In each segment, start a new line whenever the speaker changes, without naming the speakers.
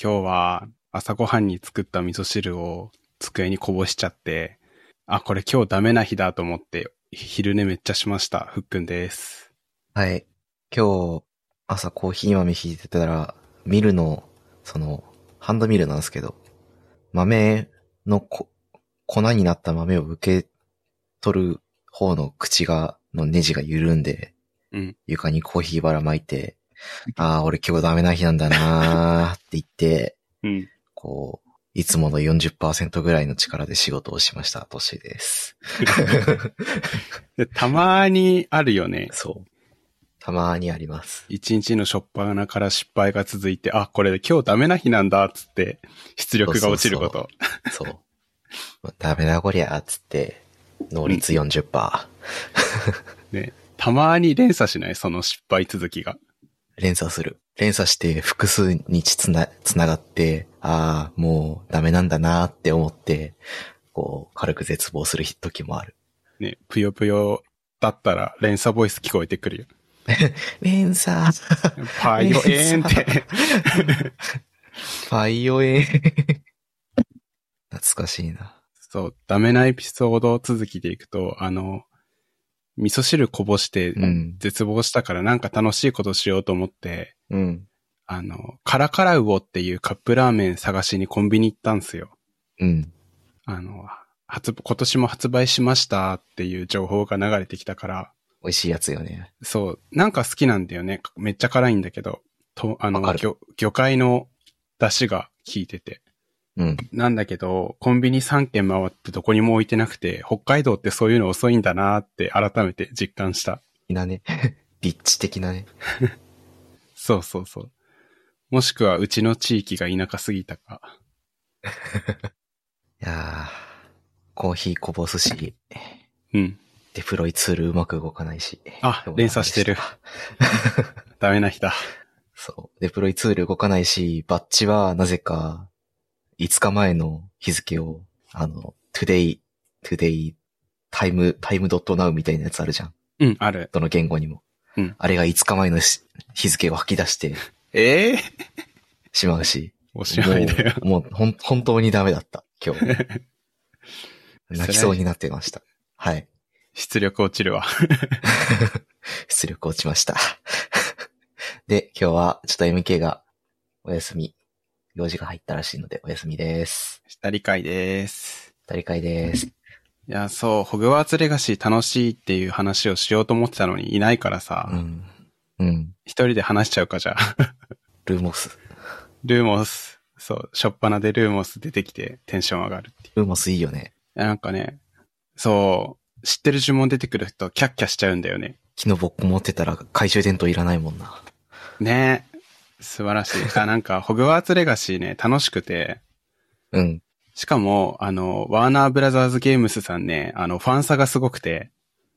今日は朝ごはんに作った味噌汁を机にこぼしちゃって、あ、これ今日ダメな日だと思って、昼寝めっちゃしました。ふっくんです。
はい。今日、朝コーヒー豆引いてたら、ミルの、その、ハンドミルなんですけど、豆のこ粉になった豆を受け取る方の口が、のネジが緩んで、
うん
床にコーヒーばらまいて、ああ、俺今日ダメな日なんだなーって言って、
うん。
こう、いつもの40%ぐらいの力で仕事をしました、トッシーです。
で、たまーにあるよね。
そう。たまーにあります。
一日の初っ端から失敗が続いて、あ、これ今日ダメな日なんだ、つって、出力が落ちること。
そうそう。ダメだこりゃーっつって、能率40%。
ね。たまーに連鎖しないその失敗続きが。
連鎖する。連鎖して複数日つな、つながって、ああ、もうダメなんだなーって思って、こう、軽く絶望する時もある。
ね。ぷよぷよだったら連鎖ボイス聞こえてくるよ。
連鎖
パイオエーンって。
パイオエーン。懐かしいな。
そう、ダメなエピソード続きでいくと、あの、味噌汁こぼして
うん。
絶望したからなんか楽しいことしようと思って、
うん。
あの、カラカラウオっていうカップラーメン探しにコンビニ行ったんすよ。
うん。
あの、発、今年も発売しましたっていう情報が流れてきたから、
美味しいやつよね。
そう、なんか好きなんだよね。めっちゃ辛いんだけど、と、あの
わか、る
魚、魚介の出汁が効いてて。
うん。
なんだけど、コンビニ3軒回ってどこにも置いてなくて、北海道ってそういうの遅いんだなーって改めて実感した。
いなね。 立地的なね。
そうそうそう。もしくはうちの地域が田舎すぎたか。
いやーコーヒーこぼすし、
うん。
デプロイツールうまく動かないし。
あ
今日も
連鎖してる
ダメでした。
ダメな日だ。
そう。デプロイツール動かないし、バッチはなぜか、5日前の日付を、あの、today, today, time, time.now みたいなやつあるじゃん。
うん、ある。
どの言語にも。
うん
あれが5日前のし日付を吐き出して
ええ
しまうし。
おしまいだよ。
もうもうほん本当にダメだった、今 日。泣きそうになってました。はい。
出力落ちるわ。
出力落ちました。 で、今日はちょっと MK がお休み。用事が入ったらしいのでお休みです。
下理解です。
二人会です。
いや、そう、ホグワーツレガシー楽しいっていう話をしようと思ってたのにいないからさ、
うん。うん。
一人で話しちゃうかじゃあ。
ルーモス。
ルーモス、そう、しょっぱなでルーモス出てきてテンション上がる。
ルーモスいいよね。
いやなんかね、そう、知ってる呪文出てくるとキャッキャしちゃうんだよね。
木のぼっこ持ってたら懐中電灯いらないもんな。
ねえ。素晴らしい。あ、なんか、ホグワーツレガシーね、楽しくて、
うん。
しかも、あの、ワーナーブラザーズゲームスさんね、あの、ファン差がすごくて、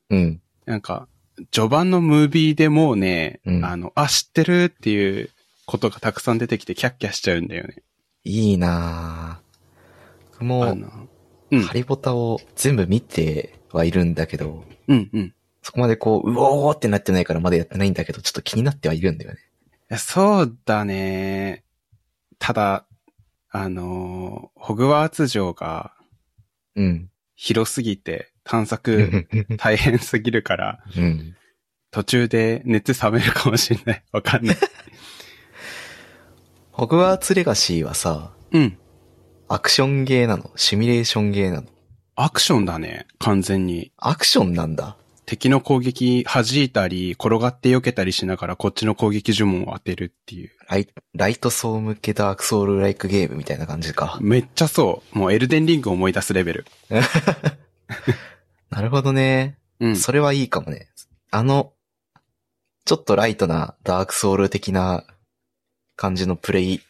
うん。
なんか、序盤のムービーでもうね、
うん
あの、あ、知ってるっていうことがたくさん出てきてキャッキャしちゃうんだよね。
いいなぁ。僕
あ
も、
の、うん
ハリポタを全部見てはいるんだけど、
うんうん。い
そこまでこう、うおーってなってないからまだやってないんだけど、ちょっと気になってはいるんだよね。
やそうだね。ただ、あの、ホグワーツ城が、
うん。
広すぎて探索大変すぎるから、
うん。
途中で熱冷めるかもしれない。 わかんない。
ホグワーツレガシーはさ、
うん。
アクションゲーなのシミュレーションゲーなの
アクションだね。完全に。
アクションなんだ。
敵の攻撃弾いたり、転がって避けたりしながらこっちの攻撃呪文を当てるっていう。
ライライト層向けダークソウルライクゲームみたいな感じか。
めっちゃそう。もうエルデンリングを思い出すレベル。
なるほどね。
うん。
それはいいかもね。あの、ちょっとライトなダークソウル的な感じのプレイ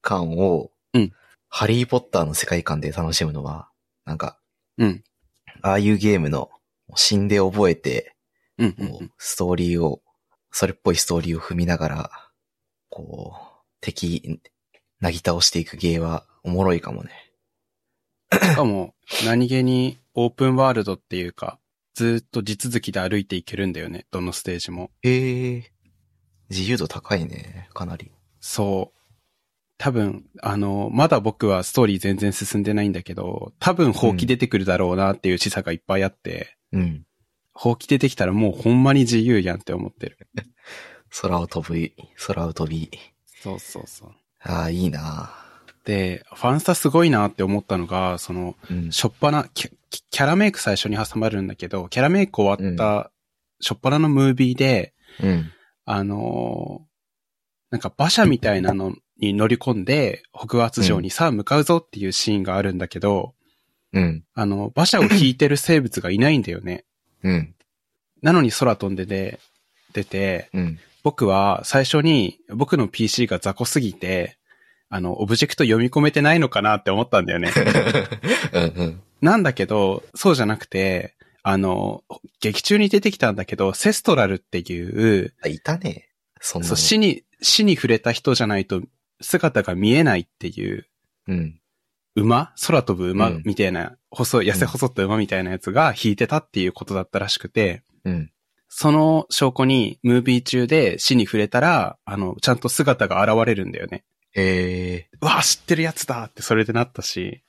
感を、
うん
ハリーポッターの世界観で楽しむのは、なんか、
うん。
ああいうゲームの死んで覚えて、
うんう
こうん
うん。
ストーリーを、それっぽいストーリーを踏みながら、こう、敵、なぎ倒していくゲーはおもろいかもね。
しかも、何気にオープンワールドっていうか、ずーっと地続きで歩いていけるんだよね。どのステージも。
ええ自由度高いね、かなり。
そう。多分、あの、まだ僕はストーリー全然進んでないんだけど、多分放棄出てくるだろうなっていう示唆がいっぱいあって、
うん。
放棄出てきたらもうほんまに自由やんって思ってる。
空を飛ぶ、空を飛び。
そうそうそう。
ああ、いいな
で、ファンスタすごいなって思ったのが、その、
うん。
しょっぱな、キャキキャラメイク最初に挟まるんだけど、キャラメイク終わった、しょっぱなのムービーで、
うん。
あのーなんか馬車みたいなのに乗り込んで、北圧城にさあ向かうぞっていうシーンがあるんだけど、
うん。
あの、馬車を引いてる生物がいないんだよ ね。
うん。
なのに空飛んでで、出て、
うん。
僕は最初に僕の PC が雑魚すぎて、あの、オブジェクト読み込めてないのかなって思ったんだよ ね。
うん。
なんだけど、そうじゃなくて、あの、劇中に出てきたんだけど、セストラルっていう、
あ、いたね。そんな
そう
の。
死に、死に触れた人じゃないと姿が見えないっていう
うん。
馬空飛ぶ馬
うん
みたいな、細い、痩せ細った馬みたいなやつが引いてたっていうことだったらしくて、
うん。
その証拠にムービー中で死に触れたら、あの、ちゃんと姿が現れるんだよね。
へえ、
うわ、知ってるやつだってそれでなったし、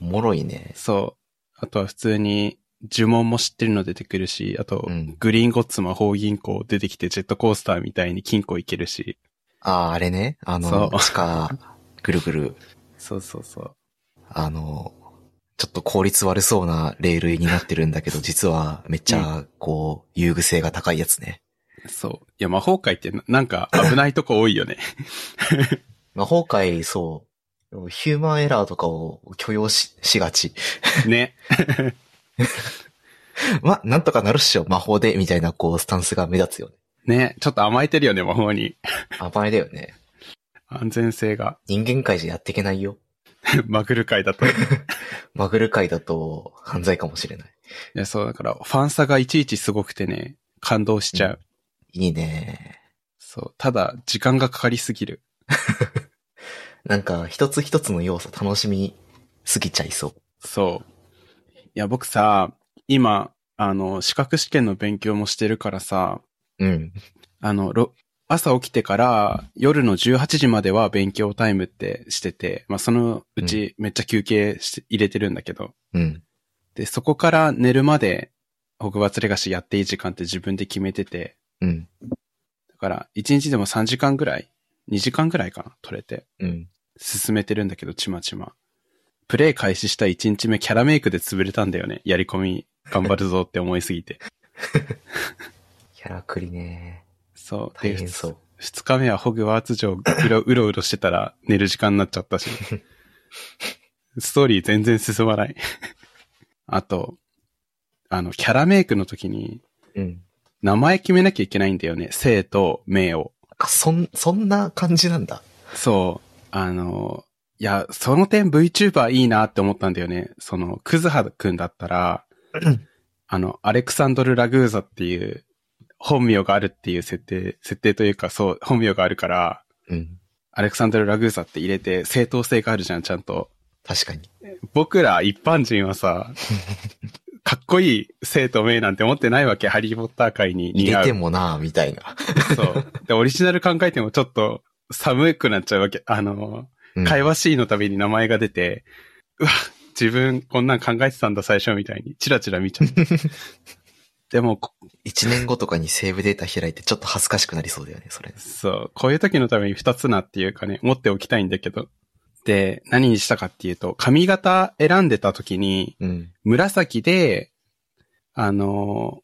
おもろいね。
そう。あとは普通に呪文も知ってるの出てくるし、あと
う、ん。
グリーンゴッツ魔法銀行出てきてジェットコースターみたいに金庫行けるし。
ああ、あれね。あの
そ、う
地下、ぐるぐる、
そうそうそう。
あの、ちょっと効率悪そうなレールになってるんだけど、実はめっちゃ、こう、優遇性が高いやつね。
そう。いや、魔法界ってななんか危ないとこ多いよ ね。
魔法界、そう、ヒューマンエラーとかを許容し、しがち。
ね。
ま、なんとかなるっしょ、魔法で、みたいな、こう、スタンスが目立つよね。
ね。ちょっと甘えてるよね、魔法に。
甘えだよね。
安全性が。
人間界じゃやっていけないよ。
マグル界だ と。い
マグル界だと、犯罪かもしれない。
や、そう、だから、ファン差がいちいちすごくてね、感動しちゃう。
いいね。
そう。ただ、時間がかかりすぎる。
なんか、一つ一つの要素楽しみすぎちゃいそう。
そう。いや、僕さ、今、あの、資格試験の勉強もしてるからさ、
うん。
あの、ろ朝起きてから夜の18時までは勉強タイムってしてて、まあ、そのうちめっちゃ休憩して入れてるんだけど、
うん。
で、そこから寝るまで、北伐レガシやっていい時間って自分で決めてて、
うん。
だから、1日でも3時間ぐらい、2時間ぐらいかな、取れて、
うん。
進めてるんだけど、ちまちま。プレイ開始した1日目、キャラメイクで潰れたんだよね。やり込み、頑張るぞって思いすぎ て。
キャラクリね。
そう。
大変そう。
2日目はホグワーツ城うろうろうろしてたら寝る時間になっちゃった し。ストーリー全然進まない。 あと、あの、キャラメイクの時に
うん。
名前決めなきゃいけないんだよね。姓と名を。
あ、そん、そんな感じなんだ。
そう。あの、いや、その点 VTuber いいなって思ったんだよね。その、クズハくんだったら
うん、
あの、アレクサンドル・ラグーザっていう、本名があるっていう設定、設定というか、そう、本名があるから、
うん。
アレクサンドル・ラグーザって入れて正当性があるじゃん、ちゃんと。
確かに。
僕ら一般人は さ、かっこいい生と名なんて思ってないわけ、ハリー・ポッター界に
入
似合
れ
う。
てもなぁ、みたいな。
そう。で、オリジナル考えてもちょっと寒くなっちゃうわけ。あの、
うん
会話シーンのたびに名前が出て、うわ、自分こんなん考えてたんだ最初みたいに、チラチラ見ちゃ う。でも、こ
一年後とかにセーブデータ開いてちょっと恥ずかしくなりそうだよね、それ。
そう、こういう時のために二つなっていうかね、持っておきたいんだけど。で、何にしたかっていうと、髪型選んでた時に、
うん。
紫で、あの、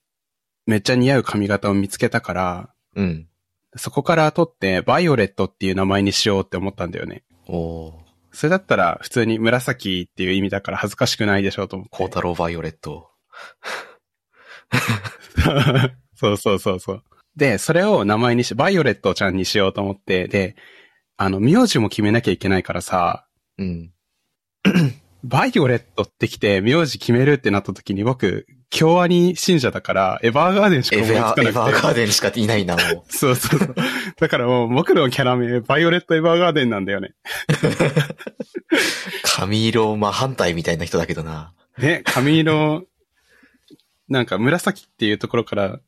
めっちゃ似合う髪型を見つけたから、
うん。
そこから取って、バイオレットっていう名前にしようって思ったんだよね。
おー、
それだったら、普通に紫っていう意味だから恥ずかしくないでしょうと思
コー
って。
タローバイオレット。
そうそうそうそう。で、それを名前にし、バイオレットちゃんにしようと思って、で、あの、名字も決めなきゃいけないからさ、
うん。
バイオレットってきて、名字決めるってなった時に僕、京アニ信者だから、エヴァーガーデンしか
エ
思い
ヴ
つかな
ァ
くて。
ー、エヴァーガーデンしかいないな、もう。
そうそうそう。だからもう僕のキャラ名、バイオレット・エヴァーガーデンなんだよね。
髪色真反対みたいな人だけどな。
ね、髪色、なんか紫っていうところから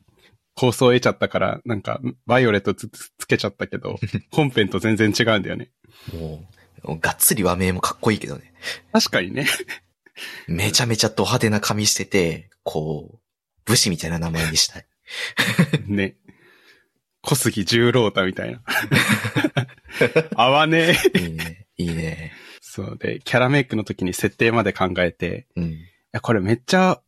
構想を得ちゃったから、なんかバイオレットつつつけちゃったけど、本編と全然違うんだよね。
もう、もうがっつり和名もかっこいいけどね。
確かにね。
めちゃめちゃド派手な髪してて、こう、武士みたいな名前にした い。
ね。小杉十郎太みたいな。 合わねえ。
いいね。いいね。
そうで、キャラメイクの時に設定まで考えて、
うん。
いや、これめっちゃ、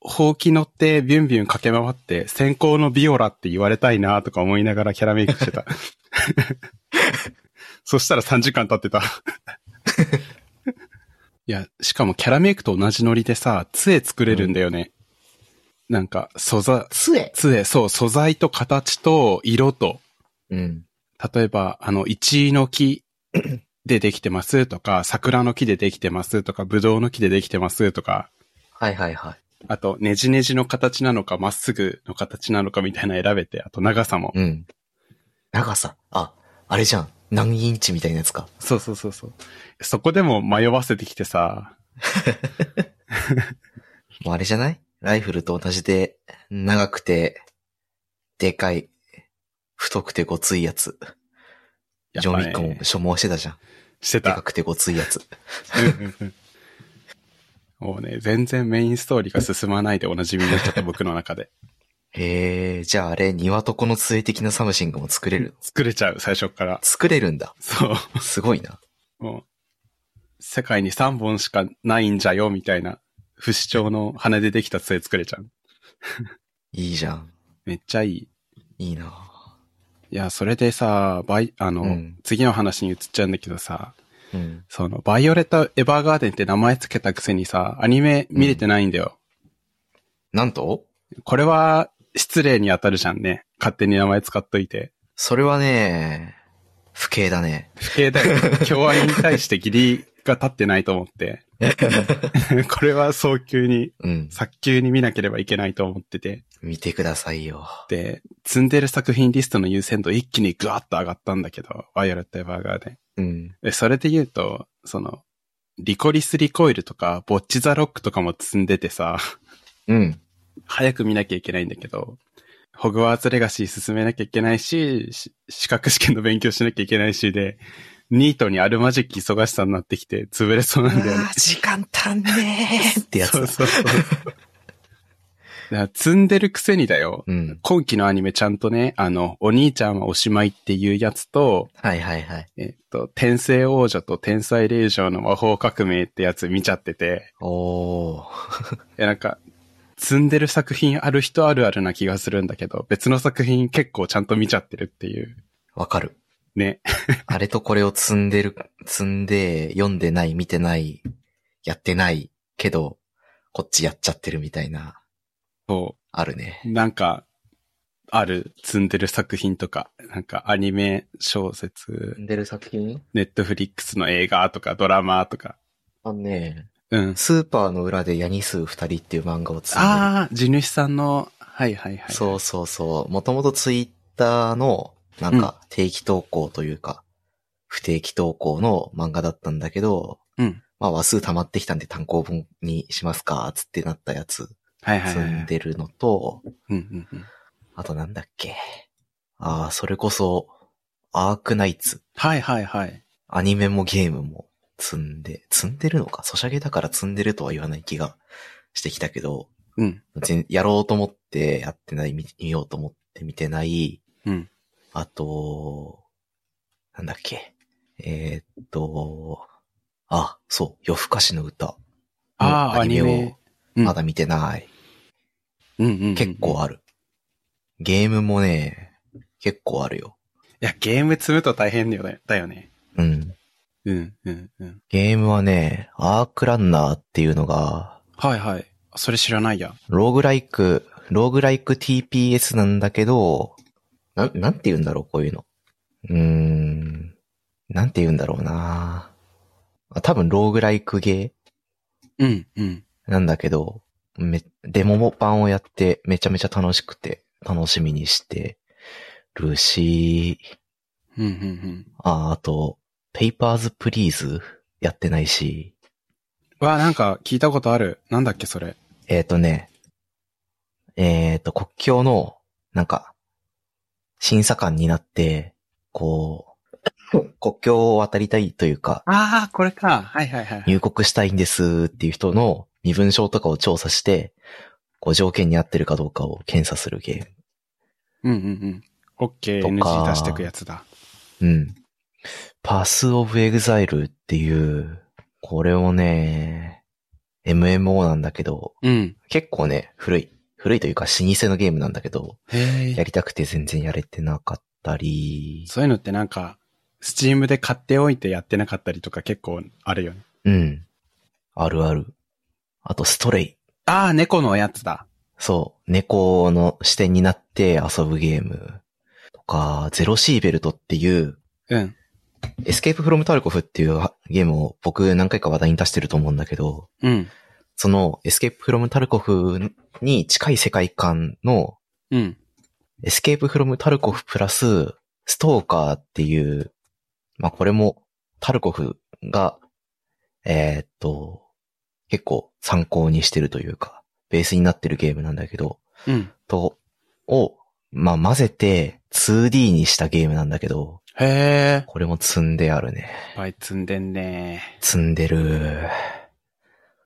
ほうき乗ってビュンビュン駆け回って、先行のビオラって言われたいなとか思いながらキャラメイクしてた。そしたら3時間経ってた。いや、しかもキャラメイクと同じノリでさ、杖作れるんだよね。なんか、素材、
杖
杖、そう、素材と形と色と、
うん。
例えば、あの、一位の 木でできてますとか、桜の木でできてますとか、ぶどうの木でできてますとか、
はいはいは
あと、ねじねじの形なのか、まっすぐの形なのかみたいなの選べて、あと長さも。
い。うん。長さ。あ、あれじゃん。何インチみたいなやつか。
そうそうそうそう。そこでも迷わせてきてさ、
もうあれじゃないライフルと同じで、長くて、でかい、太くてごついやつ。
やっ
ジョン
ぱ
ウ
ね
ィックも所望してたじゃん。
して
で
た
か。くてごついやつ。
うんうんうんもうね、全然メインストーリーが進まないでおなじみになっちゃった僕の中で。
へえ、じゃああれ、庭とこの杖的なサムシングも作れる。
作れちゃう、最初っから。
作れるんだ。
そう。
すごいな。
もう、世界に3本しかないんじゃよ、みたいな、不死鳥の羽でできた杖作れちゃう。
いいじゃん。
めっちゃいい。
いいな。
いや、それでさ、バイ、あの、
うん
次の話に移っちゃうんだけどさ、
うん。
その、バイオレット・エヴァーガーデンって名前つけたくせにさ、アニメ見れてないんだよ。
なんと
これは、失礼に当たるじゃんね。勝手に名前使っといて。
それはね、不敬だね。
不敬 だよ。共愛に対して義理が立ってないと思 って。これは早急に、
うん。
早急に見なければいけないと思ってて。
見てくださいよ。
で、積んでる作品リストの優先度一気にグワッと上がったんだけど、ワイオレット・エヴァーガーデン
うん。
で。それで言うと、その、リコリス・リコイルとか、ボッチ・ザ・ロックとかも積んでてさ、
うん。
早く見なきゃいけないんだけど、ホグワーツ・レガシー進めなきゃいけないし、し資格試験の勉強しなきゃいけないしで、ニートにあるまじき忙しさになってきて、潰れそう
あ
なんだよね。
ー時間足んねー ってやつだ
そうそうそう。だから積んでるくせにだよ。
うん。
今期のアニメちゃんとね、あの、お兄ちゃんはおしまいっていうやつと、
はいはいはい。
えっと、天聖王女と天才霊嬢の魔法革命ってやつ見ちゃってて、
おー。
いやなんか、積んでる作品ある人あるあるな気がするんだけど、別の作品結構ちゃんと見ちゃってるっていう。
わかる。
ね。
あれとこれを積んでる、積んで、読んでない、見てない、やってない、けど、こっちやっちゃってるみたいな、
そ
あるね。
う。なんか、ある積んでる作品とか、なんかアニメ、小説、
んでる作品
ネットフリックスの映画とかドラマとか。
あのね、
うん。
スーパーの裏でヤニスー二人っていう漫画を積んでる。
ああ、地主さんの、はいはいはい。
そうそうそう。もともとツイッターの、なんか定期投稿というか、不定期投稿の漫画だったんだけど、
うん。
まあ話数溜まってきたんで単行本にしますか、つってなったやつ、
はいはい
積
はい、はい
ん。でるのと、
うんうんうん。
あとなんだっけ。ああ、それこそ、アークナイツ。
はいはいはい。
アニメもゲームも積んで、積んでるのかソシャゲだから積んでるとは言わない気がしてきたけど、
うん。
全やろうと思ってやってない、見見ようと思って見てない。
うん。
あと、なんだっけ。えーっと、あ、そう、夜更かしの歌。
ああ、アニメ。うん
まだ見てない。
うんうんうんうん
結構ある。ゲームもね、結構あるよ。
いや、ゲーム積むと大変だよね。だよね。
うん。
うん、うん、うん。
ゲームはね、アークランナーっていうのが、
はいはい。それ知らないや。
ローグライク、ローグライク TPS なんだけど、なん、なんて言うんだろう、こういうの。うーん、なんて言うんだろうなあ多分、ローグライクゲ
うん、うん。
ーなんだけど、め、デモ版をやって、めちゃめちゃ楽しくて、楽しみにしてるし、
うん、うん、うん。
あ、あと、ペイパーズプリーズやってないし、
うわ、なんか聞いたことある。なんだっけ、それ。
えっ、とね、えっ、と、国境の、なんか、審査官になって、こ国境を渡りたいというか、
ああ、これか。はいはいはい。
入国したいんですっていう人の身分証とかを調査して、こう条件に合ってるかどうかを検査するゲ
うんうんうん。オッケー、
とか
NG 出してくやつだ。
ーム。うん。パスオブエグザイルっていう、これをね、MMO なんだけど、
うん。
結構ね、古い。古いというか老舗のゲームなんだけど、
へ
や
え。
りたくて全然やれてなかったり、
そういうのってなんか、スチームで買っておいてやってなかったりとか結構あるよね。
うん。あるある。あと、ストレイ。
ああ、猫のやつだ。
そう。猫の視点になって遊ぶゲーム。とか、ゼロシーベルトっていう、
うん。
エスケープフロムタルコフっていうゲームを僕何回か話題に出してると思うんだけど、
うん。
そのエスケープフロムタルコフに近い世界観の
うん。
エスケープフロムタルコフプラス、ストーカーっていう、まあこれもタルコフが、えーっと、結構参考にしてるというか、ベースになってるゲームなんだけど、
うん。
と、を、まあ混ぜて 2D にしたゲームなんだけど、
へえ。
これも積んであるね。
いっぱい積んでんね。
積んでる。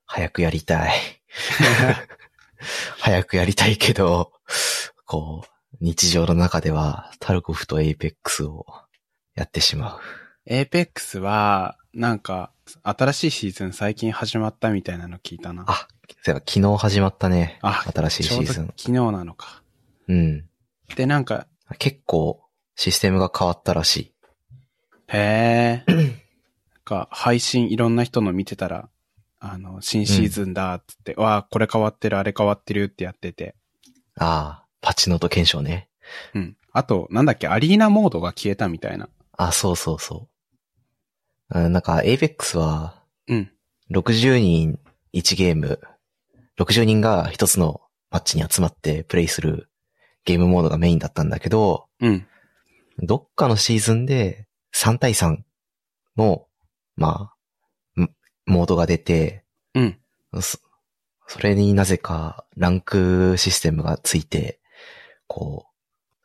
早くやりたい。早くやりたいけど、こう、日常の中では、タルコフとエイペックスをやってしまう。
エーペックスは、なんか、新しいシーズン最近始まったみたいなの聞いたな。
あ、そういえば昨日始まったね。
あ
新しい
ち
シ
ょうど
ーズ
昨
ン。
日なのか。
うん。
で、なんか、
結構、システムが変わったらしい。
へえ。なんか、配信いろんな人の見てたら、あの、新シーズンだっつって、わあ、これ変わってる、あれ変わってるってやってて。
ああ、パチノと検証ね。
うん。あと、なんだっけ、アリーナモードが消えたみたいな。
あ、そうそうそう。うんなんか、エイペックスは、
うん。
60人1ゲーム、60人が一つのマッチに集まってプレイするゲームモードがメインだったんだけど、
うん。
どっかのシーズンで3対3の、まあ、んモードが出て、
うん。
そそれになぜかランクシステムがついて、こ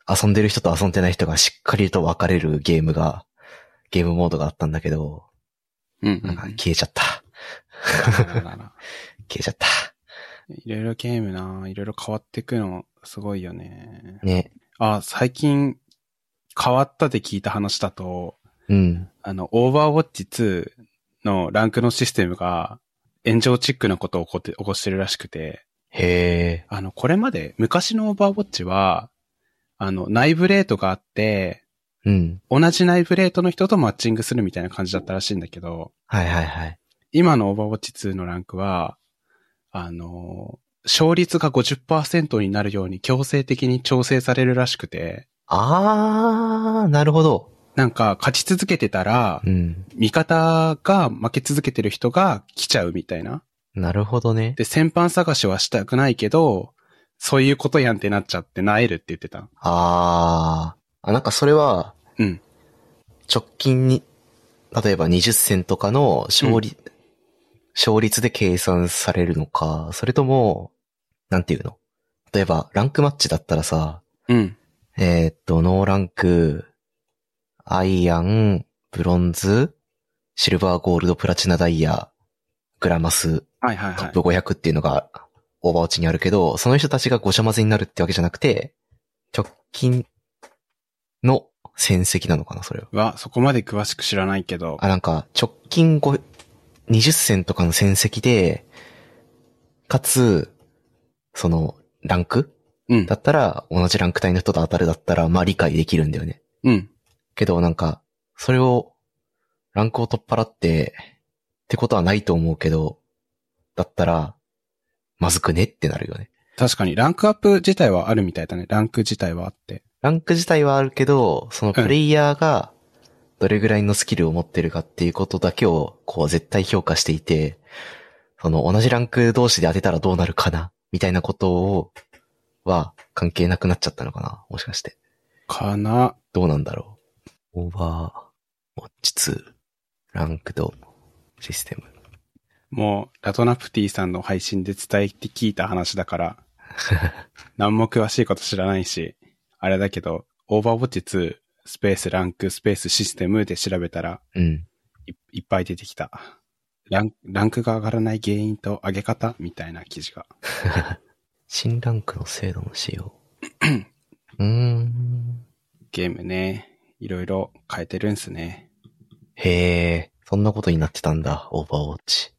う、遊んでる人と遊んでない人がしっかりと分かれるゲームが、ゲームモードがあったんだけど、
うん、うんう
なん
ん。
か消えちゃった。
あらららら
消えちゃった。
いろいろゲームないろいろ変わってくの、すごいよね。
ね。
あ、最近変わったって聞いた話だと、
うん。
あの、オーバーウォッチ2のランクのシステムが炎上チックなことを起こって、起こしてるらしくて、
へえ。
あの、これまで昔のオーバーウォッチは、あの、内部レートがあって、
うん。
同じ内部レートの人とマッチングするみたいな感じだったらしいんだけど、
はいはいはい。
今のオーバーウォッチ2のランクは、あの、勝率が50%になるように強制的に調整されるらしくて、
あー、なるほど。
なんか勝ち続けてたら
う、ん。
味方が負け続けてる人が来ちゃうみたいな。
なるほどね。
で、先般探しはしたくないけど、そういうことやんってなっちゃって、なえるって言ってた。
あー。あ、なんかそれは、
うん。
直近に、例えば20銭とかの勝利、勝率で計算されるのか、それとも、なんていうの例えば、ランクマッチだったらさ、
うん。
えーっと、ノーランク、アイアン、ブロンズ、シルバー、ゴールド、プラチナダイヤ、グラマス、
はいはい
ト
は
ッ
い
プ。500っていうのがオーバーウォッチにあるけど、その人たちがごちゃ混ぜになるってわけじゃなくて、直近の戦績なのかな、それは。
は、そこまで詳しく知らないけど。
あ、なんか、直近5 20戦とかの戦績で、かつ、その、ランク
うん
だ。ったら、同じランク帯の人と当たるだったら、まあ理解できるんだよね。
うん。
けどなんか、それを、ランクを取っ払って、ってことはないと思うけど、だったら、まずくねってなるよね。
確かに、ランクアップ自体はあるみたいだね。ランク自体はあって。
ランク自体はあるけど、そのプレイヤーがどれぐらいのスキルを持ってるかっていうことだけを、こう絶対評価していて、その同じランク同士で当てたらどうなるかな、みたいなことを、は関係なくなっちゃったのかなもしかして。
かな。
どうなんだろう。オーバー、ウォッチ2、ランクドシステム。
もう、ラトナプティさんの配信で伝えて聞いた話だから、何も詳しいこと知らないし、あれだけど、オーバーウォッチ2、スペースランク、スペースシステムで調べたら
うん。
いいっぱい出てきた。ランランクが上がらない原因と上げ方みたいな記事が。
新ランクの制度の仕様。うーん。
ゲームね、いろいろ変えてるんすね。
へえ、そんなことになってたんだ、オーバーウォッチ。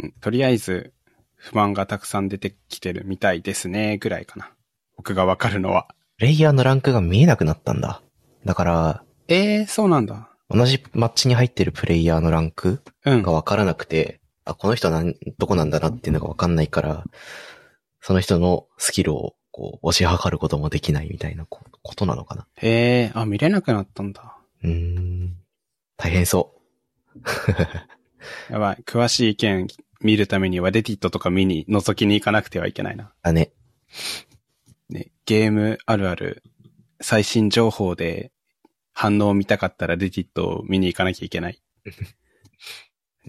うん、とりあえず、不満がたくさん出てきてるみたいですね、ぐらいかな。僕がわかるのは。
プレイヤーのランクが見えなくなったんだ。だから、
えー、そうなんだ。
同じマッチに入ってるプレイヤーのランク
うん
が。わからなくて、あ、この人は何、どこなんだなっていうのがわかんないから、その人のスキルをこう、押し量ることもできないみたいなこことなのかな。
えー、あ、見れなくなったんだ。
うーん。大変そう。
やばい。詳しい意見見るためには、レディットとか見に覗きに行かなくてはいけないな。
だね。
ね、ゲームあるある、最新情報で反応を見たかったらレディットを見に行かなきゃいけない。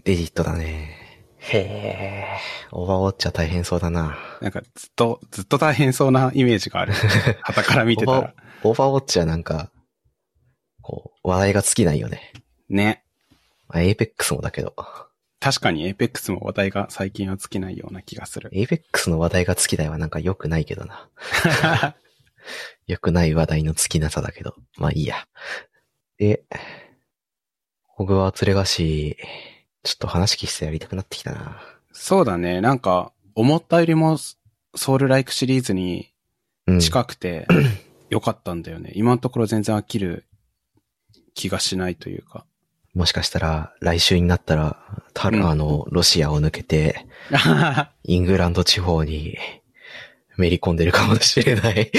デジットだね。へえ。オーバーウォッチは大変そうだな。
なんかずっと、ずっと大変そうなイメージがある。旗から見てた
オーバ
ら。
ーオーバーウォッチはなんか、こう、話題が尽きないよね。
ね。
まあエイペックスもだけど。
確かにエイペックスも話題が最近は尽きないような気がする。
エイペックスの話題が尽きないはなんか良くないけどな。良くない話題の尽きなさだけど。まあいいや。で、ホグワーツレガシー、ちょっと話聞きしてやりたくなってきたな。
そうだね。なんか、思ったよりもソウルライクシリーズに
うん。
近く て良かったんだよね。今のところ全然飽きる気がしないというか。
もしかしたら、来週になったら、タ
うん
ル、あの、ロシアを抜けて、 イングランド地方に、めり込んでるかもしれない。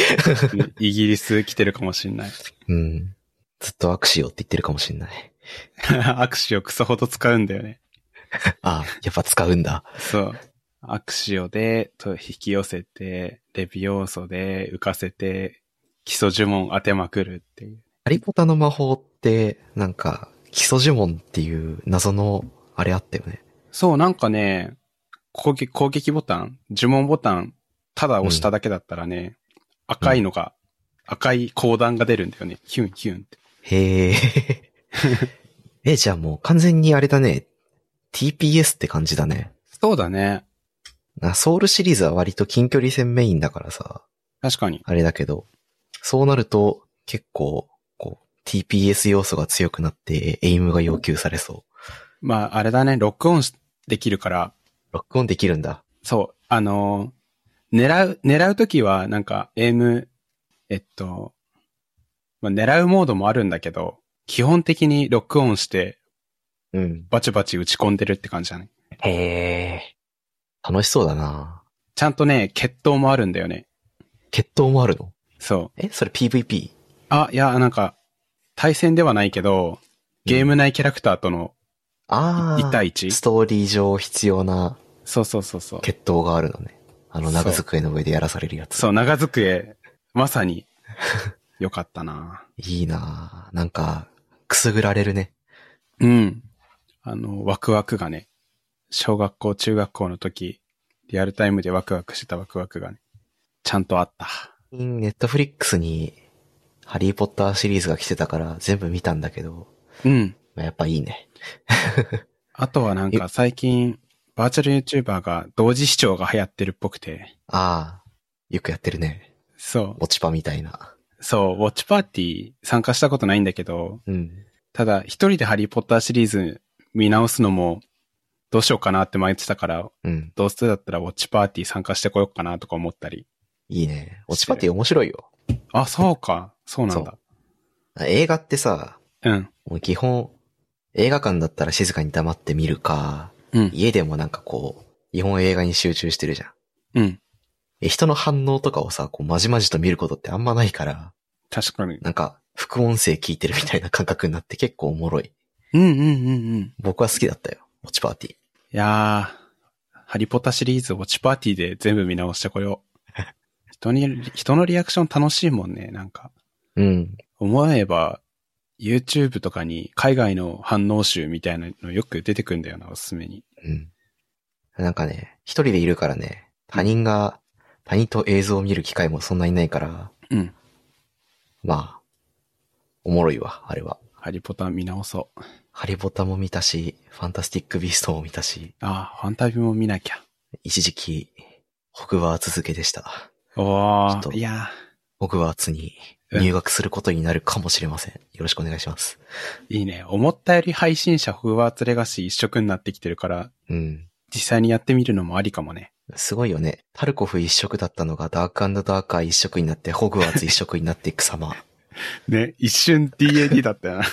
イギリス来てるかもしんない。
うん。ずっと握手をって言ってるかもしれない。
握手をクソほど使うんだよね。
ああ、やっぱ使うんだ。
そう。アクシオで、と引き寄せて、レビ要素で浮かせて、基礎呪文当てまくるっていう。
ハリポタの魔法って、なんか、基礎呪文っていう謎の、あれあったよね。
そう、なんかね、攻撃、攻撃ボタン、呪文ボタン、ただ押しただけだったらね、赤いのが、赤い光弾が出るんだよね。ヒュンヒュンって。
へえ。え、じゃあもう完全にあれだね。TPS って感じだね。
そうだね。
なソウルシリーズは割と近距離戦メインだからさ、
確かに。
あれだけど、そうなると結構、こう、TPS 要素が強くなって、エイムが要求されそ
まあ、あれだね、ロックオンしできるから、
う。ロックオンできるんだ。
そう、あのー狙う、狙うときは、なんか、エイム、えっと、まあ、狙うモードもあるんだけど、基本的にロックオンして、
うん。
バチバチ打ち込んでるって感じじゃない
へえ。楽しそうだな
ちゃんとね、決闘もあるんだよね。
決闘もあるの
そう。
えそれ PVP?
あ、いや、なんか、対戦ではないけど、ゲーム内キャラクターとの
ああ。
1対1。
ストーリー上必要な
そうそうそうそう。
決闘があるのね。あの、長
そう
机の上でやらされるやつ。
そう、長机、まさに、よかったない
いなぁ。なんか、くすぐられるね。
うん。あの、ワクワクがね、小学校、中学校の時、リアルタイムでワクワクしてたワクワクがね、ちゃんとあった。
ネットフリックスに、ハリーポッターシリーズが来てたから全部見たんだけど、
うん。
まあやっぱいいね。
あとはなんか最近、バーチャル YouTuber が同時視聴が流行ってるっぽくて、
ああ、よくやってるね。
そ
落ちパみたいな。
う、そう、ウォッチパーティー参加したことないんだけど、
うん。
ただ一人でハリーポッターシリーズ見直すのも、どうしようかなって迷ってたから、
うん。
どうせだったらウォッチパーティー参加してこようかなとか思ったり。
いいね。落ちパって面白いよ。
あ、そうか。そうなんだ。
映画ってさ、
うん。
もう基本、映画館だったら静かに黙って見るか、
うん。
家でもなんかこう、日本映画に集中してるじゃん。
うん。
え人の反応とかをさ、こう、まじまじと見ることってあんまないから、
確かに。
なんか、副音声聞いてるみたいな感覚になって結構おもろい。
うんうんうんうん。
僕は好きだったよ。ウォッチパーティー。
いやー、ハリポタシリーズウォッチパーティーで全部見直してこよう。 人に、人のリアクション楽しいもんね、なんか。
うん。
思えば、YouTube とかに海外の反応集みたいなのよく出てくんだよな、おすすめに。
うん。なんかね、一人でいるからね、他人が、他人と映像を見る機会もそんなにないから、
うん。
まあ、おもろいわ、あれは。
ハリポタ見直そう。
ハリボタも見たし、ファンタスティックビーストも見たし、
ああ、ファンタビも見なきゃ。
一時期、ホグワーツ付けでした。
お
ちょっと
ー、いや
ホグワーツに入学することになるかもしれません。よろしくお願いします。
ー、いいね。思ったより配信者ホグワーツレガシー一色になってきてるから、
うん。
実際にやってみるのもありかもね。
すごいよね。タルコフ一色だったのがダークダーカー一色になって、ホグワーツ一色になっていく様。
ね、一瞬 DAD だったよな。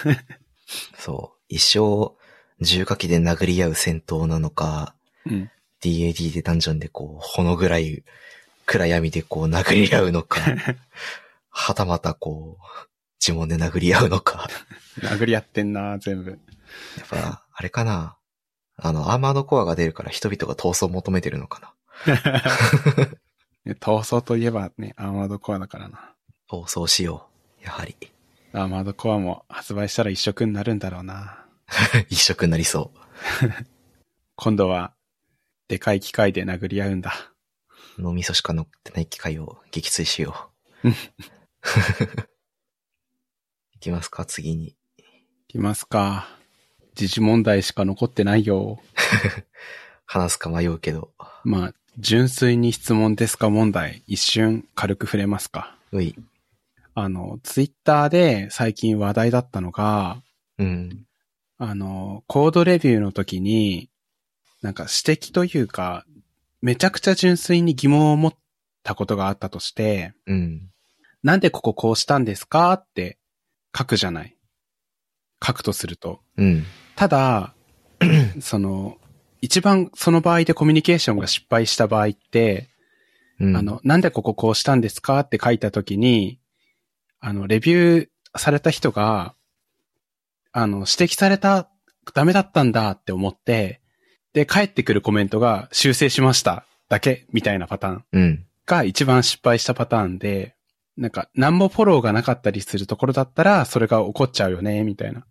そう。一生、重火器で殴り合う戦闘なのか、
うん。
DAD でダンジョンでこう、ほのぐらい、暗闇でこう殴り合うのか、はたまたこう、呪文で殴り合うのか。
殴り合ってんな、全部。
やっぱ、あれかな。あの、アーマードコアが出るから人々が闘争を求めてるのかな。
ね闘争といえばね、アーマードコアだからな。
闘争しよう。やはり。
アーマードコアも発売したら一色になるんだろうな。
一色になりそう。
今度は、でかい機械で殴り合うんだ。
脳みそしか乗ってない機械を撃墜しよ う
うん。
いきますか、次に。
いきますか。時事問題しか残ってないよ。
話すか迷うけど。
まあ、純粋に質問ですか問題、一瞬軽く触れますか。
うい。
あの、ツイッターで最近話題だったのが、
うん。
あの、コードレビューの時に、なんか指摘というか、めちゃくちゃ純粋に疑問を持ったことがあったとして、
うん。
なんでこここうしたんですかって書くじゃない。書くとすると。
うん。
ただ、その、一番その場合でコミュニケーションが失敗した場合って、
うん。
あの、なんでこここうしたんですかって書いたときに、あの、レビューされた人が、あの、指摘された、ダメだったんだって思って、で、返ってくるコメントが修正しましただけみたいなパターン
うん。
が一番失敗したパターンで、なんか、何もフォローがなかったりするところだったら、それが起こっちゃうよね、みたいな。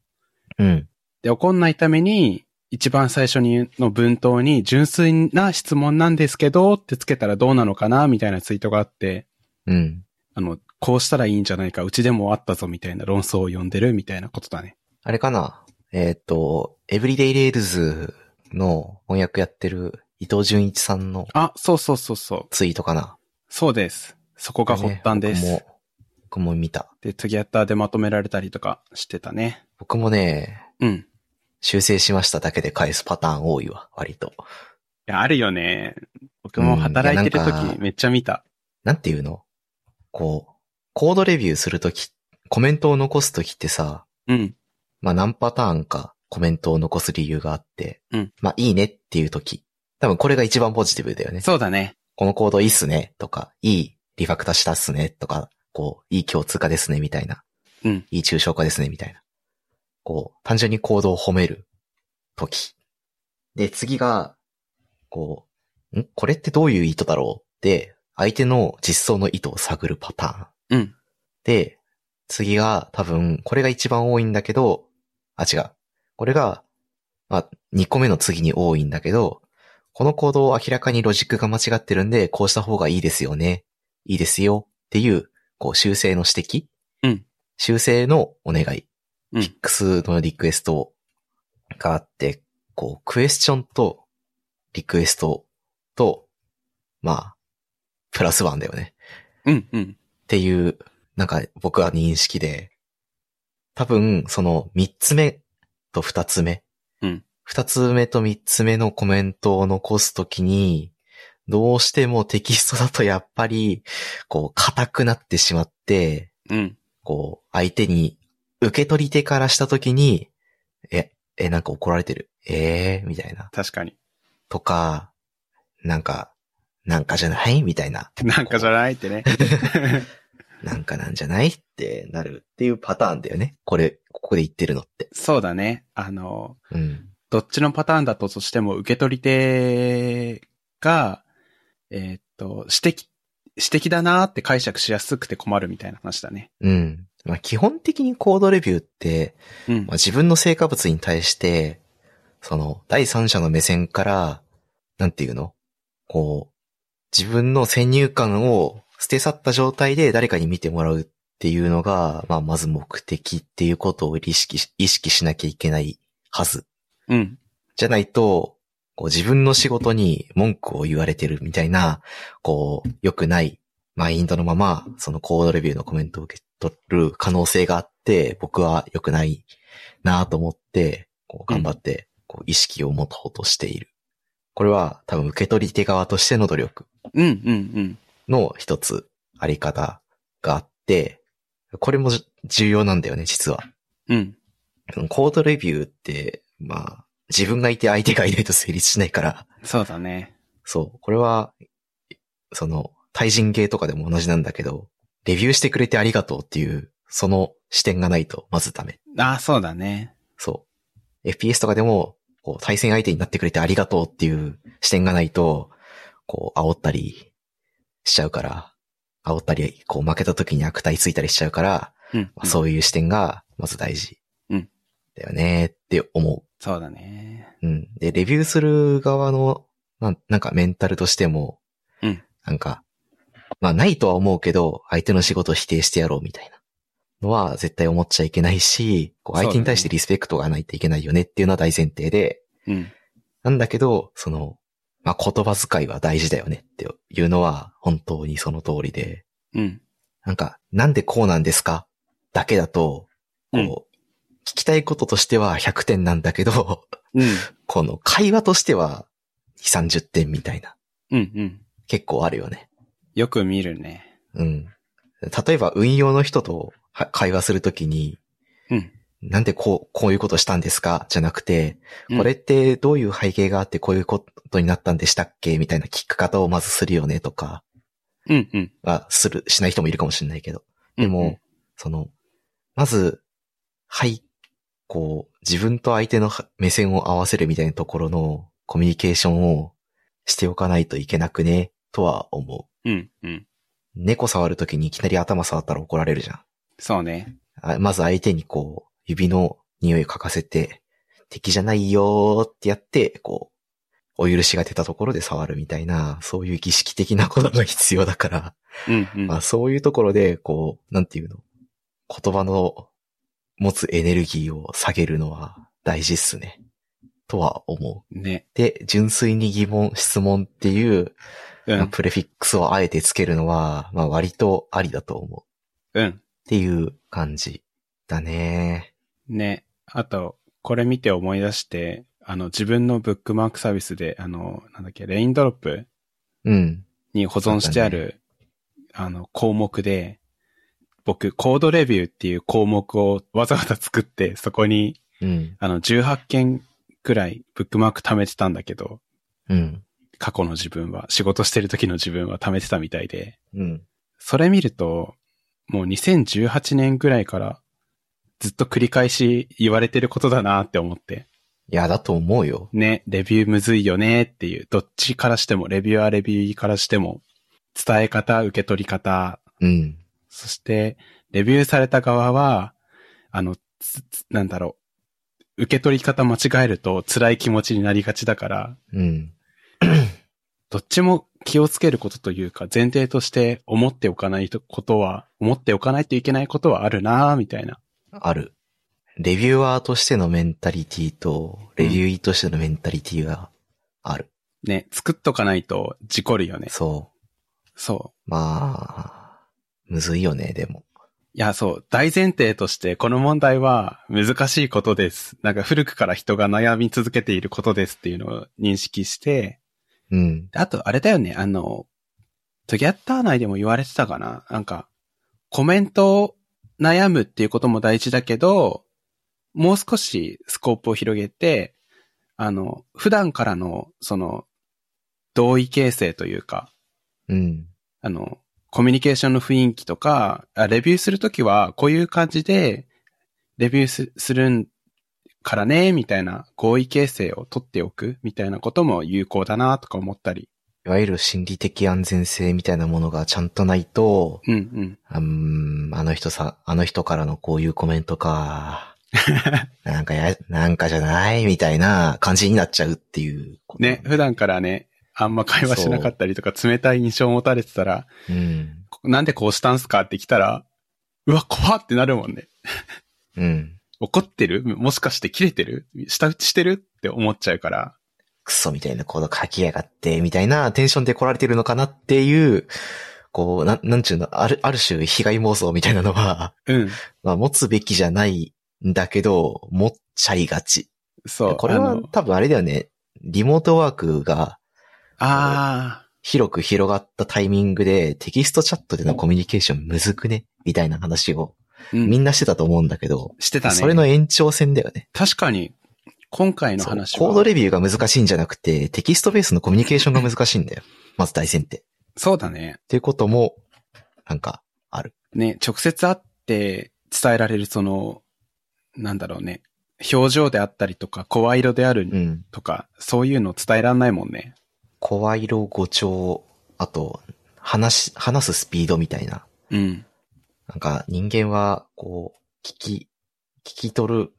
うん。
で、怒んないために、一番最初にの文頭に、純粋な質問なんですけど、ってつけたらどうなのかな、みたいなツイートがあって、
うん。
あの、こうしたらいいんじゃないか、うちでもあったぞ、みたいな論争を呼んでる、みたいなことだね。
あれかなえーっ、と、エブリデイレールズの翻訳やってる伊藤純一さんの
あ、そうそうそうそう。
ツイートかな
そうです。そこが発端です。
ね僕も、僕も見た。
で、トゥギャッターでまとめられたりとかしてたね。
僕もね、
うん。
修正しましただけで返すパターン多いわ、割と。
いや、あるよね。僕も働いてる
うんいやなん
時
か
めっちゃ見た。
なんていうのこう、コードレビューするとき、コメントを残すときってさ、
うん。
まあ何パターンかコメントを残す理由があって、
うん
まあいいねっていうとき。多分これが一番ポジティブだよね。
そうだね。
このコードいいっすねとか、いいリファクターしたっすねとか、こう、いい共通化ですねみたいな。
うん
いい抽象化ですねみたいな。こう、単純にコードを褒めるとき。で、次が、こう、んこれってどういう意図だろうって、相手の実装の意図を探るパターン。
うん。
で、次が多分、これが一番多いんだけど、あ、違う。これが、まあ、2個目の次に多いんだけど、この行動を明らかにロジックが間違ってるんで、こうした方がいいですよね。いいですよ。っていう、こう、修正の指摘。
うん
修正のお願い。
うん
フィックスのリクエストがあって、こう、クエスチョンと、リクエストと、まあ、プラスワンだよね。
うん、うん。
っていう、なんか僕は認識で、多分その三つ目と二つ目。
うん
二つ目と三つ目のコメントを残すときに、どうしてもテキストだとやっぱり、こう、硬くなってしまって、
うん。
こう、相手に、受け取り手からしたときに、え、え、なんか怒られてる。ええー、みたいな。
確かに。
とか、なんか、なんかじゃないみたいな。
なんかじゃない ってね。
なんかなんじゃないってなるっていうパターンだよね。これ、ここで言ってるのって。
そうだね。あの、
うん。
どっちのパターンだととしても受け取り手が、えーっと、指摘、指摘だなーって解釈しやすくて困るみたいな話だね。
うん。まあ、基本的にコードレビューって、
うん
まあ、。自分の成果物に対して、その、第三者の目線から、なんていうのこう、自分の先入観を捨て去った状態で誰かに見てもらうっていうのが、まあ、まず目的っていうことを意識し、意識しなきゃいけないはず。
うん。
じゃないと、こう自分の仕事に文句を言われてるみたいな、こう、良くないマインドのまま、そのコードレビューのコメントを受け取る可能性があって、僕は良くないなぁと思って、こう頑張って、こう意識を持とうとしている。これは多分受け取り手側としての努力
うん、うん、うん。
の一つあり方があって、これもじ重要なんだよね、実は。
うん。
そのコードレビューって、まあ、自分がいて相手がいないと成立しないから、
そうだね。
そう、これは、その、対人芸とかでも同じなんだけど、レビューしてくれてありがとうっていう、その視点がないとまずダメ。
ああ、そうだね。
そう。FPS とかでも、こう、対戦相手になってくれてありがとうっていう視点がないと、こう、煽ったりしちゃうから、煽ったり、こう、負けた時に悪態ついたりしちゃうから、
うん。
まあそういう視点が、まず大事。
うん
だよねって思う。
そうだね。
うん。で、レビューする側の、なんなんかメンタルとしても、
うん
なんか、まあないとは思うけど、相手の仕事を否定してやろうみたいなのは絶対思っちゃいけないし、こう
そうだね
相手に対してリスペクトがないといけないよねっていうのは大前提で、
うん。
なんだけど、その、まあ言葉遣いは大事だよねっていうのは本当にその通りで、
うん。
なんか、なんでこうなんですかだけだと、こう、
うん
聞きたいこととしては100点なんだけど、
うん。
この会話としては2、30点みたいな。
うん、うん。
結構あるよね。
よく見るね。
うん。例えば運用の人とは会話するときに、
うん。
なんでこう、こういうことしたんですかじゃなくて、
うん
これってどういう背景があってこういうことになったんでしたっけみたいな聞き方をまずするよねとか、
うん、うん。
まあ、する、しない人もいるかもしれないけど。でも、
うんうん
その、まず、はい、こう、自分と相手のは目線を合わせるみたいなところのコミュニケーションをしておかないといけなくね、とは思う。
うん、うん。
猫触るときにいきなり頭触ったら怒られるじゃん
そうね。
あ。まず相手にこう、指の匂いを嗅かせて、敵じゃないよーってやって、こう、お許しが出たところで触るみたいな、そういう儀式的なことが必要だから、
うん、うん。
まあそういうところで、こう、なんていうの、言葉の持つエネルギーを下げるのは大事っすね。とは思う。
ね。
で、純粋に疑問、質問っていう、
う
まあ
ん、
プレフィックスをあえてつけるのは、まあ割とありだと思う。
うん。
っていう感じだね。
ね。あと、これ見て思い出して、あの、自分のブックマークサービスで、あの、なんだっけ、レインドロップ
うん。
に保存してある、あの、項目で、僕、コードレビューっていう項目をわざわざ作って、そこに、
うん。
あの、18件くらいブックマーク貯めてたんだけど、
うん。
過去の自分は、仕事してる時の自分は貯めてたみたいで、
うん。
それ見ると、もう2018年くらいから、ずっと繰り返し言われてることだなって思って。
いや、だと思うよ。
ね、レビューむずいよねっていう、どっちからしても、レビューアーレビューからしても、伝え方、受け取り方、
うん。
そして、レビューされた側は、あの、つつなんだろう、受け取り方間違えると辛い気持ちになりがちだから、
うん。
どっちも気をつけることというか、前提として思っておかないとことは、思っておかないといけないことはあるなぁ、みたいな。
ある。レビュアーとしてのメンタリティと、レビューイーとしてのメンタリティがある。
ね、作っとかないと事故るよね。
そ。
そう
まあ、むずいよね、でも。
う。いや、そう。大前提として、この問題は難しいことです。なんか古くから人が悩み続けていることですっていうのを認識して、
うん。
あと、あれだよね、あの、トギャッター内でも言われてたかななんか、コメントを悩むっていうことも大事だけど、もう少しスコープを広げて、あの、普段からの、その、同意形成というか、
うん。
あの、コミュニケーションの雰囲気とか、あレビューするときは、こういう感じで、レビューすするんからね、みたいな合意形成を取っておく、みたいなことも有効だな、とか思ったり。
いわゆる心理的安全性みたいなものがちゃんとないと、
うんうん。
うーん、あの人さ、あの人からのこういうコメントか。なんかや、なんかじゃないみたいな感じになっちゃうっていうこと
ね、普段からね、あんま会話しなかったりとか、冷たい印象を持たれてたら、
うん。
こなんでこうしたんすかって来たら、うわ、怖ってなるもんね。
うん。
怒ってるもしかして切れてる下打ちしてるって思っちゃうから。
クソみたいなコード書きやがって、みたいなテンションで来られてるのかなっていう、こう、なん、なんちゅうの、ある、ある種被害妄想みたいなのは、
うん。
まあ持つべきじゃないんだけど、持っちゃいがち。
そう。
これ
あ
は
の
多分あれだよね。リモートワークが
あ
広く広がったタイミングでテキストチャットでのコミュニケーションむずくねみたいな話を
ー、うん、
みんなしてたと思うんだけど、
してたね。
それの延長線だよね。
確かに、今回の
そう
話
コード
は、
レビューが難しいんじゃなくて、テキストベースのコミュニケーションが難しいんだよ。まず大前提。っ
そうだね。
ていうことも、なんか、
ね、直接会って伝えられるその、なんだろうね、表情であったりとか、声色であ
う
る
ん。
とか、そういうの伝えらんないもんね。
声色、語調、あと、話し、話すスピードみたいな。
うん。
なんか人間は、こう、聞き、聞き取る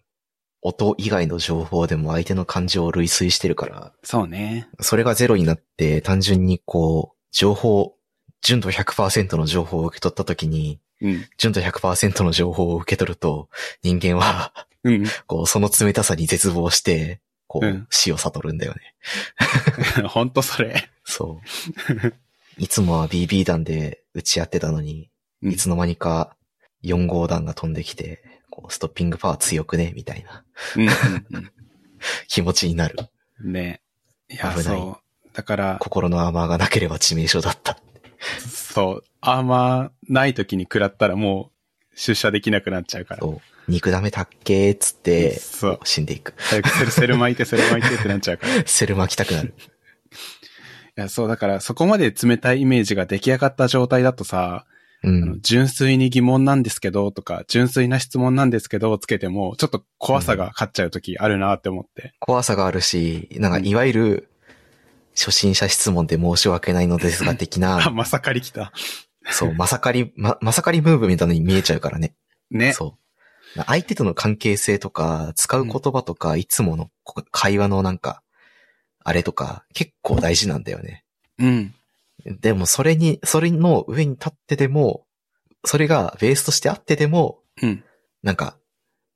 音以外の情報でも相手の感情を類推してるから、
そうね。
それがゼロになって単純にこう、情報、純度100%の情報を受け取った時に、
うん。
純度100%の情報を受け取ると、人間は、
うん。
こう、その冷たさに絶望して、こ
うん
う、死を悟るんだよね。
ほんと それ。
そう。いつもは BB 弾で撃ち合ってたのに、
うん
いつの間にか4号弾が飛んできて、こうストッピングパワー強くねみたいな
うんうん
気持ちになる。
うん。 ね。いや、
危ない
そう。だから、
心のアーマーがなければ致命傷だった。
そう。あんまない時に食らったらもう出社できなくなっちゃうから。
そう。肉ダメたっけーっつって、
そう。
死んでいく。
早くセルセル巻いてセル巻いてってなっちゃうから。い
セル巻きたくな る。
や、そう、だからそこまで冷たいイメージが出来上がった状態だとさ、
う
あの
ん。
純粋に疑問なんですけどとか、純粋な質問なんですけどをつけても、ちょっと怖さが勝っちゃう時あるなって思って。
怖さがあるし、なんかいわゆる、初心者質問で申し訳ないのですが的
あ、
な、
まさかり来た。
そう、まさかり、ま、まさかりムーブみたいなのに見えちゃうからね。
ね。
そう。相手との関係性とか、使う言葉とか、いつものこ会話のなんか、あれとか、結構大事なんだよね。
うん。
でもそれに、それの上に立ってでも、それがベースとしてあってでも、
うん。
なんか、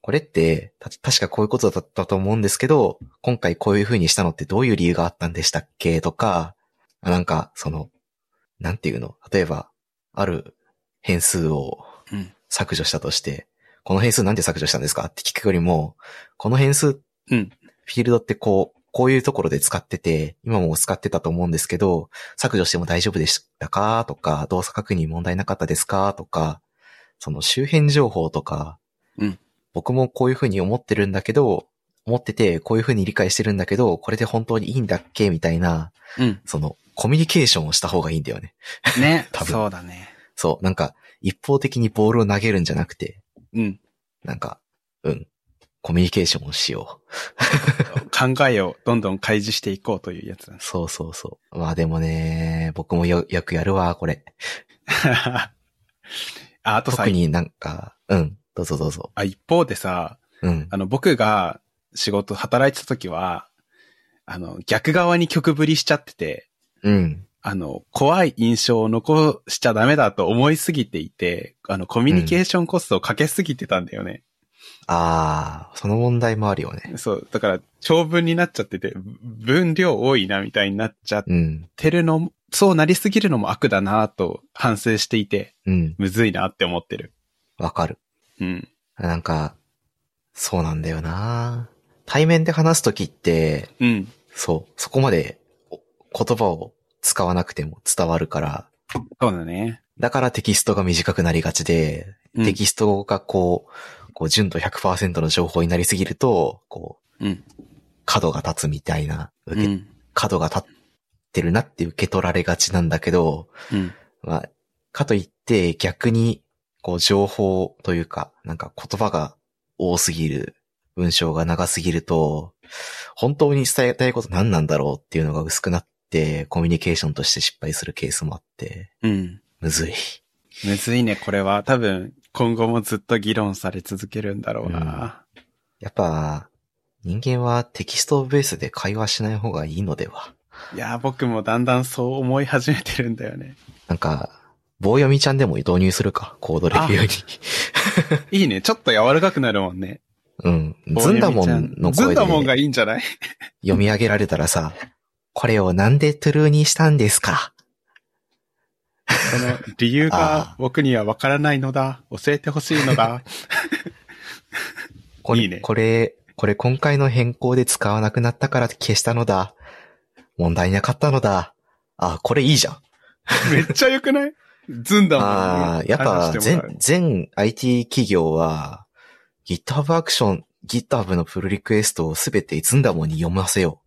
これって、た確かこういうことだったと思うんですけど、今回こういう風にしたのってどういう理由があったんでしたっけとか、あなんか、その、なんていうの例えば、ある変数を
うん
削除したとして、この変数なんで削除したんですかって聞くよりも、この変数、
うん
フィールドってこう、こういうところで使ってて、今も使ってたと思うんですけど、削除しても大丈夫でしたかとか、動作確認問題なかったですかとか、その周辺情報とか、
うん
僕もこういうふうに思ってるんだけど、思ってて、こういうふうに理解してるんだけど、これで本当にいいんだっけみたいな、
うん。
その、コミュニケーションをした方がいいんだよね。
ね。
多分
そうだね。
そう、なんか、一方的にボールを投げるんじゃなくて、
うん。
なんか、うん、コミュニケーションをしよう。
考えをどんどん開示していこうというやつだね
そうそうそう。まあでもね、僕もよ、よくやるわ、これ。
あ、あとさ
特、になんか、うん、どうぞどうぞ。
あ一方でさ、
うん。
あの、僕が仕事、働いてた時は、あの、逆側に曲振りしちゃってて、
うん。
あの、怖い印象を残しちゃダメだと思いすぎていて、あの、コミュニケーションコストをかけすぎてたんだよね。
あー、その問題もあるよね。
そう、だから、長文になっちゃってて、分量多いなみたいになっちゃっ
うん、
てるのも、そうなりすぎるのも悪だなと反省していて、
うん、
むずいなって思ってる。
わかる。
うん。
なんか、そうなんだよな対面で話すときって、
うん。
そう、そこまでお言葉を使わなくても伝わるから、
そうだね。
だからテキストが短くなりがちで、
うん
テキストがこう、こう純度100%の情報になりすぎると、こう、
うん。
角が立つみたいな、
う
受け
ん。
角が立ってるなって受け取られがちなんだけど、
うん。
まあ、かといって逆に、こう情報というか、なんか言葉が多すぎる、文章が長すぎると、本当に伝えたいこと何なんだろうっていうのが薄くなって、コミュニケーションとして失敗するケースもあって、
うん。
むずい。
むずいね、これは。多分、今後もずっと議論され続けるんだろうな。
やっぱ、人間はテキストベースで会話しない方がいいのではい
や、僕もだんだんそう思い始めてるんだよね。
なんか、棒読みちゃんでも導入するか、コードレビューに。
いいね。ちょっと柔らかくなるもんね。
うん。ずんだもんの
ずん
声で
だもんがいいんじゃない
読み上げられたらさ、これをなんでトゥルーにしたんですか
その理由
あ
が
あ
僕にはわからないのだ。教えてほしいの だ。
これ
いいね
これ、これ今回の変更で使わなくなったから消したのだ。問題なかったのだ。あ、これいいじゃん。
めっちゃ良くないずんだもん。
ああ、やっぱ
話してもらう
全、全 IT 企業は GitHub アクション、GitHub のプルリクエストをすべてずんだもんに読ませよ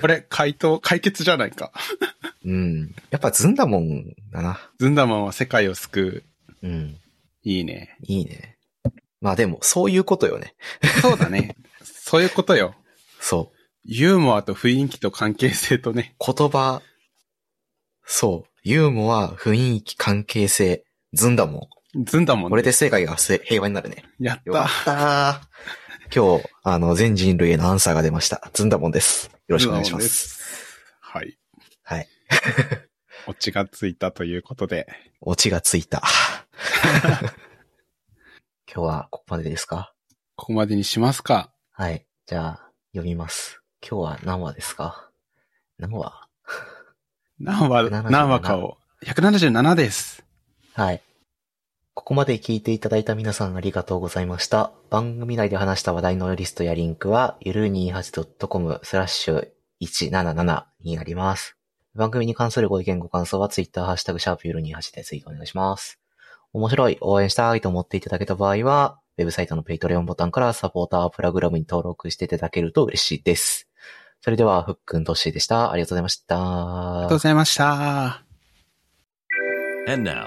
これ回答、解決じゃないか。
う。うん。やっぱずんだもんだな。
ずんだもんは世界を救う。
うん。
いいね。
いいね。まあでも、そういうことよね。
そうだね。そういうことよ。
そう。
ユーモアと雰囲気と関係性とね。
言葉、そう、ユーモア、雰囲気、関係性、ずんだもん。
ずんだもん、ね。
これで世界がせ平和になるね。
やっ
よか
た。
ったー。今日、あの、全人類へのアンサーが出ました。ずんだもんです。よろしくお願いしま。
ずんだもんですす。はい。
はい。
オチがついたということで。
オチがついた。 今日はここまでですか
ここまでにしますか。
はい。じゃあ、読みます。今日は何話ですか何話
何話、
177
何話かを。177です。
はい。ここまで聞いていただいた皆さんありがとうございました。番組内で話した話題のリストやリンクは、ゆる 28.com スラッシュ177になります。番組に関するご意見ご感想は Twitter ハッシュタグシャープゆる28でツイートお願いします。面白い、応援したいと思っていただけた場合は、ウェブサイトのペイトレオンボタンからサポータープログラムに登録していただけると嬉しいです。それでは、ふっくんとっしーでした。ありがとうございました。
ありがとうございました。
And now,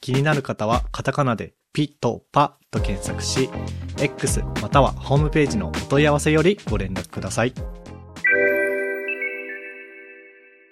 気になる方はカタカナでピトパと検索し X またはホームページのお問い合わせよりご連絡ください。